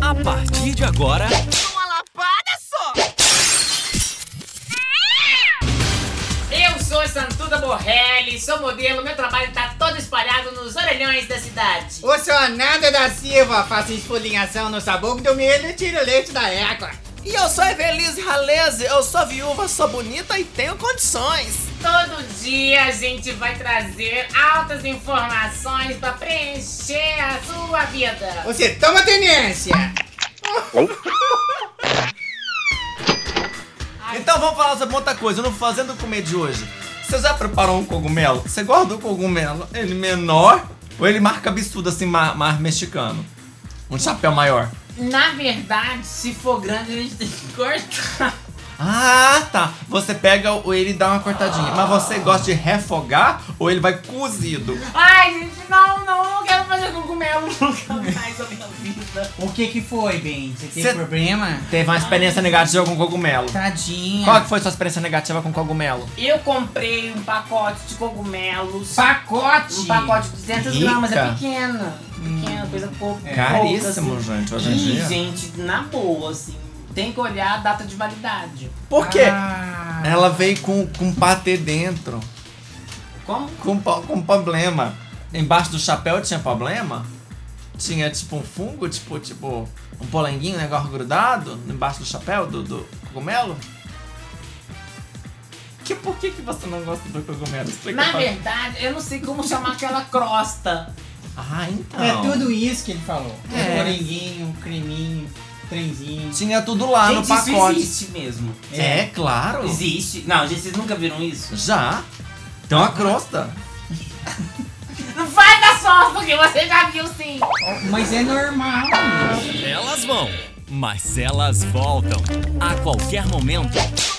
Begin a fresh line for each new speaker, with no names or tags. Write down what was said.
A partir de agora,
Uma lapada só!
Eu sou Santuda Borrelli, sou modelo, meu trabalho tá todo espalhado nos orelhões da cidade.
O seu Nanda da Silva faz esfolinhação no sabor do milho e tira o leite da égua.
E eu sou Evelise Raleze, eu sou viúva, sou bonita e tenho condições.
Todo dia a gente vai trazer altas informações pra preencher a sua vida.
Você toma tenência!
Então vamos falar sobre outra coisa no Fazendo Comer de hoje. Você já preparou um cogumelo? Você guarda o cogumelo? Ele menor ou ele marca absurdo assim, mar, mar mexicano? Um chapéu maior.
Na verdade, se for grande, a gente tem que cortar.
Ah, tá. Você pega o ele e dá uma cortadinha. Mas você gosta de refogar ou ele vai cozido?
Ai, gente, não, não, não quero fazer cogumelo nunca mais na minha vida.
O que que foi, Ben? Você teve
Cê-
problema?
Teve uma experiência negativa com cogumelo.
Tadinha.
Qual que foi sua experiência negativa com cogumelo?
Eu comprei um pacote de cogumelos.
Pacote!
Um pacote de
Rica.
200
Hum. É.
gramas, é pequeno. Pequeno, coisa pouca. pouca,
Caríssimo,
assim.
gente, hoje em
E,
dia.
gente, na boa, assim, tem que olhar a data de validade.
Por quê?
Ah.
Ela veio com, com patê dentro,
Como?
com, po- com problema. Embaixo do chapéu tinha problema? Tinha tipo um fungo, tipo, tipo um polenguinho, um negócio grudado embaixo do chapéu do, do cogumelo? Que, por que, que você não gosta do cogumelo? Explica
Na
pra mim.
verdade, eu não sei como chamar aquela crosta.
Ah, então.
É tudo isso que ele falou.
É.
O coringuinho, o creminho, o trenzinho.
Tinha tudo lá
gente,
no
isso
pacote.
existe mesmo.
É, claro.
Existe. Não, gente, vocês nunca viram isso?
Já. Tem uma crosta.
Não faz da sorte, porque você já viu sim.
Mas é normal.
elas vão, mas elas voltam. A qualquer momento,